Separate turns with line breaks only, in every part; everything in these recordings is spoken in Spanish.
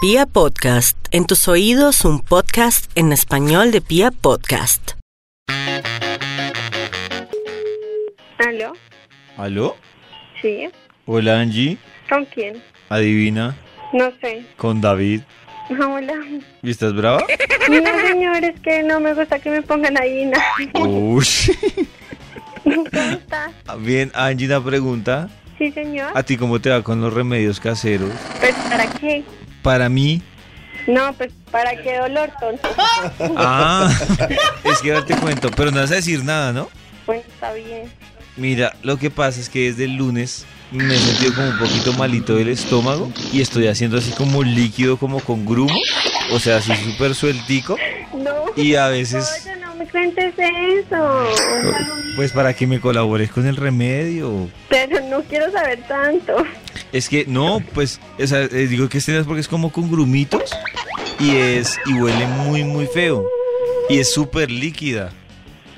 Pia Podcast, en tus oídos un podcast en español de Pia Podcast.
¿Aló?
¿Aló?
Sí.
Hola Angie,
¿Con quién?
adivina,
No sé.
con David.
Hola.
¿Y estás brava?
No, señor, es que no me gusta que me pongan ahí. No.
Uy.
¿Cómo está?
Bien, Angie, una pregunta.
Sí, señor.
¿A ti cómo te va con los remedios caseros?
¿Pero para qué?
Para mí.
No, pues, ¿para qué dolor, tonto?
Ah, es que ahora te cuento, pero no vas a decir nada, ¿no?
Pues, está bien.
Mira, lo que pasa es que desde el lunes me he sentido como un poquito malito del estómago y estoy haciendo así como líquido, como con grumo, o sea, así súper sueltico.
No.
Y a veces,
Oye, no me cuentes eso.
pues para que me colabores con el remedio.
Pero no quiero saber tanto.
Es que no, pues, o sea, eh, digo que este no es porque es como con grumitos y es y huele muy muy feo y es súper líquida.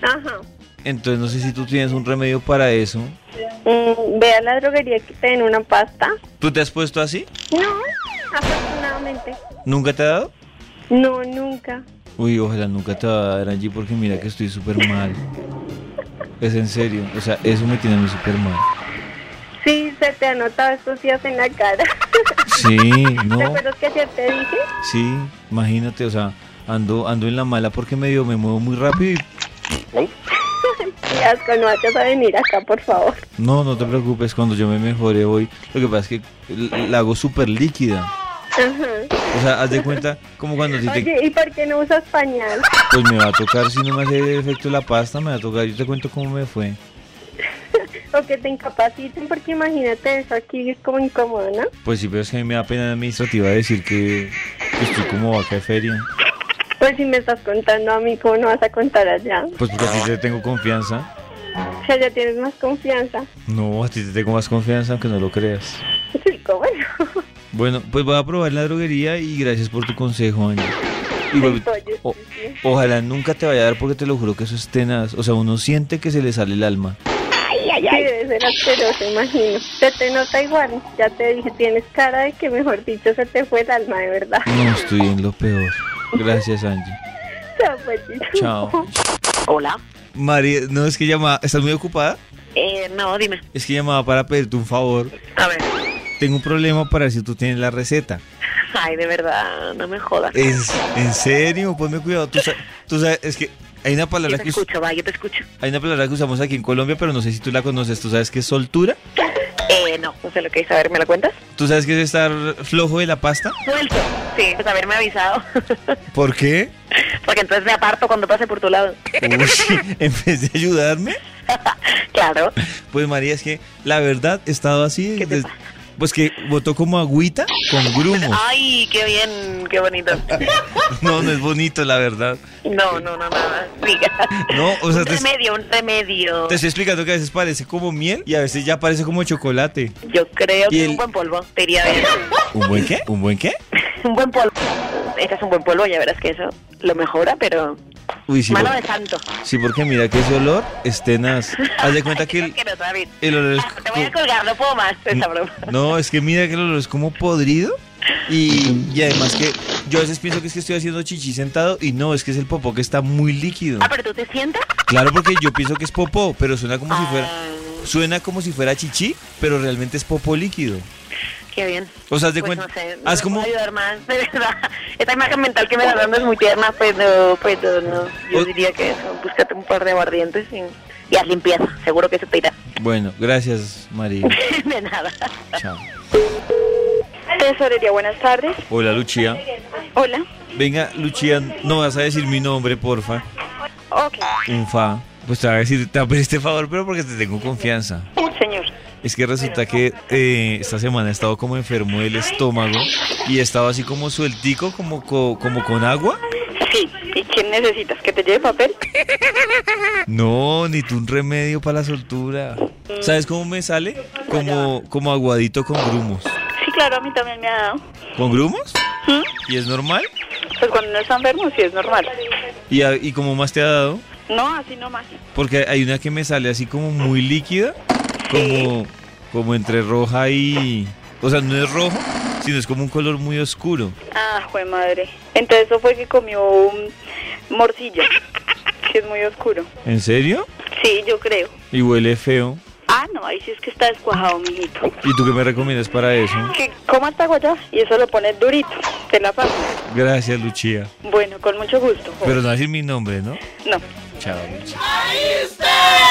Ajá.
Entonces no sé si tú tienes un remedio para eso.
Mm, ve a la droguería que te den una pasta.
¿Tú te has puesto así?
No, afortunadamente.
¿Nunca te ha dado?
No, nunca.
Uy, ojalá nunca te va a dar allí porque mira que estoy súper mal. Es en serio, o sea, eso me tiene a mí súper mal.
Sí, se te ha notado estos días en la cara.
Sí,
¿Te
no,
acuerdas que ayer te dije?
sí, imagínate, o sea, ando ando en la mala porque medio me muevo muy rápido y
Qué asco, no vayas a venir acá, por favor.
No, no te preocupes, cuando yo me mejore hoy, lo que pasa es que l- la hago súper líquida.
Ajá.
O sea, haz de cuenta como cuando a ti te...
Oye, ¿y por qué no usas pañal?
Pues me va a tocar, si no me hace efecto la pasta, me va a tocar, yo te cuento cómo me fue.
O que te incapaciten, porque imagínate eso aquí es como incómodo, ¿no?
Pues sí, pero es que a mí me da pena administrativa decir que, que estoy como vaca de feria.
Pues si me estás contando a mí, ¿cómo no vas a contar allá?
Pues porque a ti te tengo confianza.
O sea, ya tienes más confianza.
No, a ti te tengo más confianza, aunque no lo creas.
Sí, ¿cómo no?
Bueno, pues voy a probar la droguería y gracias por tu consejo, Angie. Y
Sí,
vuelve-
pollo,
o-
sí, sí.
ojalá nunca te vaya a dar porque te lo juro que eso es tenaz. O sea, uno siente que se le sale el alma.
Sí, debe ser asqueroso, imagino. Se te nota igual. Ya te dije, tienes cara de que, mejor dicho, se te fue el alma, de verdad.
No estoy en lo peor. Gracias, Angie.
Chao, pollito.
Chao.
Hola.
María, no es que llamaba. ¿Estás muy ocupada?
Eh, no, dime.
Es que llamaba para pedirte un favor.
A ver.
Tengo un problema para ver si tú tienes la receta.
Ay, de verdad, no me jodas.
¿En, en serio? Ponme cuidado. Tú, sa- tú sabes, es que hay una
yo
palabra
te
que us-
escucho, va, yo te escucho.
hay una palabra que usamos aquí en Colombia, pero no sé si tú la conoces. ¿Tú sabes qué es soltura?
Eh, no, no sé lo que es. A ver, ¿me lo cuentas?
¿Tú sabes qué es estar flojo de la pasta?
Suelto. Sí, pues haberme avisado.
¿Por qué?
Porque entonces me aparto cuando pase por tu lado.
Uy, en vez de ayudarme.
Claro.
Pues María, es que la verdad he estado así.
¿Qué te
des-
pasa? Ah.
pues que votó como agüita con grumos.
Ay, qué bien, qué bonito.
No, no es bonito, la verdad.
No, no, no, nada. Diga.
No, o sea,
un
te, te
remedio, un remedio.
estoy explicando que a veces parece como miel y a veces ya parece como chocolate.
Yo creo
Y
que
el-
un buen polvo te iría bien.
¿Un buen qué? ¿Un buen qué?
un buen polvo. Este es un buen polvo, ya verás que eso lo mejora, pero
Uy, sí,
mano
por-
de santo.
sí, porque mira que ese olor es tenaz. Haz de cuenta
Ay,
que
qué
el,
asqueroso, David.
el olor es...
Ah, Te voy a colgar, no puedo más de esta broma.
No, es que mira que el olor es como podrido y, y además que yo a veces pienso que es que estoy haciendo chichi sentado y no, es que es el popó que está muy líquido.
Ah, pero tú te sientas.
Claro, porque yo pienso que es popó, pero suena como si fuera...
Ah,
Suena como si fuera chichi, pero realmente es popó líquido.
Qué bien.
O sea, haz de
Pues
cuenta...
no sé, no
haz
me
como...
puedo ayudar más, de verdad. Esta imagen mental que me está dando es muy tierna, pero, pero no. Yo
O-
diría que eso, búscate un par de aguardientes y, y haz limpieza. Seguro que eso te irá.
Bueno, gracias, María.
de nada.
Chao.
Tesorería, buenas tardes.
Hola, Lucía.
Hola.
Venga, Lucía, no vas a decir mi nombre, porfa.
Ok.
Un fa. Pues te voy a decir, te voy a pedir este favor, pero porque te tengo confianza.
Señor.
Es que resulta que eh, esta semana he estado como enfermo del estómago y he estado así como sueltico, como, co- como con agua.
Sí. ¿Y quién necesitas? ¿Que te lleve papel?
No, ni tú un remedio para la soltura. ¿Sabes cómo me sale? Como, como aguadito con grumos.
Sí, claro, a mí también me ha dado.
¿Con grumos?
¿Mm?
¿Y es normal?
Pues cuando uno está enfermo sí es normal.
¿Y, a- y cómo más te ha dado?
No, así nomás.
Porque hay una que me sale así como muy líquida, como, como entre roja y... O sea, no es rojo, sino es como un color muy oscuro.
Ah, fue madre. Entonces eso fue que comió um, morcilla, que es muy oscuro.
¿En serio?
Sí, yo creo.
Y huele feo.
Ah, no, ahí sí es que está descuajado, mijito.
¿Y tú qué me recomiendas para eso?
Que coma esta guayaba y eso lo pones durito, te la paso.
Gracias, Lucía.
Bueno, con mucho gusto.
Pero no decir mi nombre, ¿no?
No.
Chao, Lucía.
Ahí está.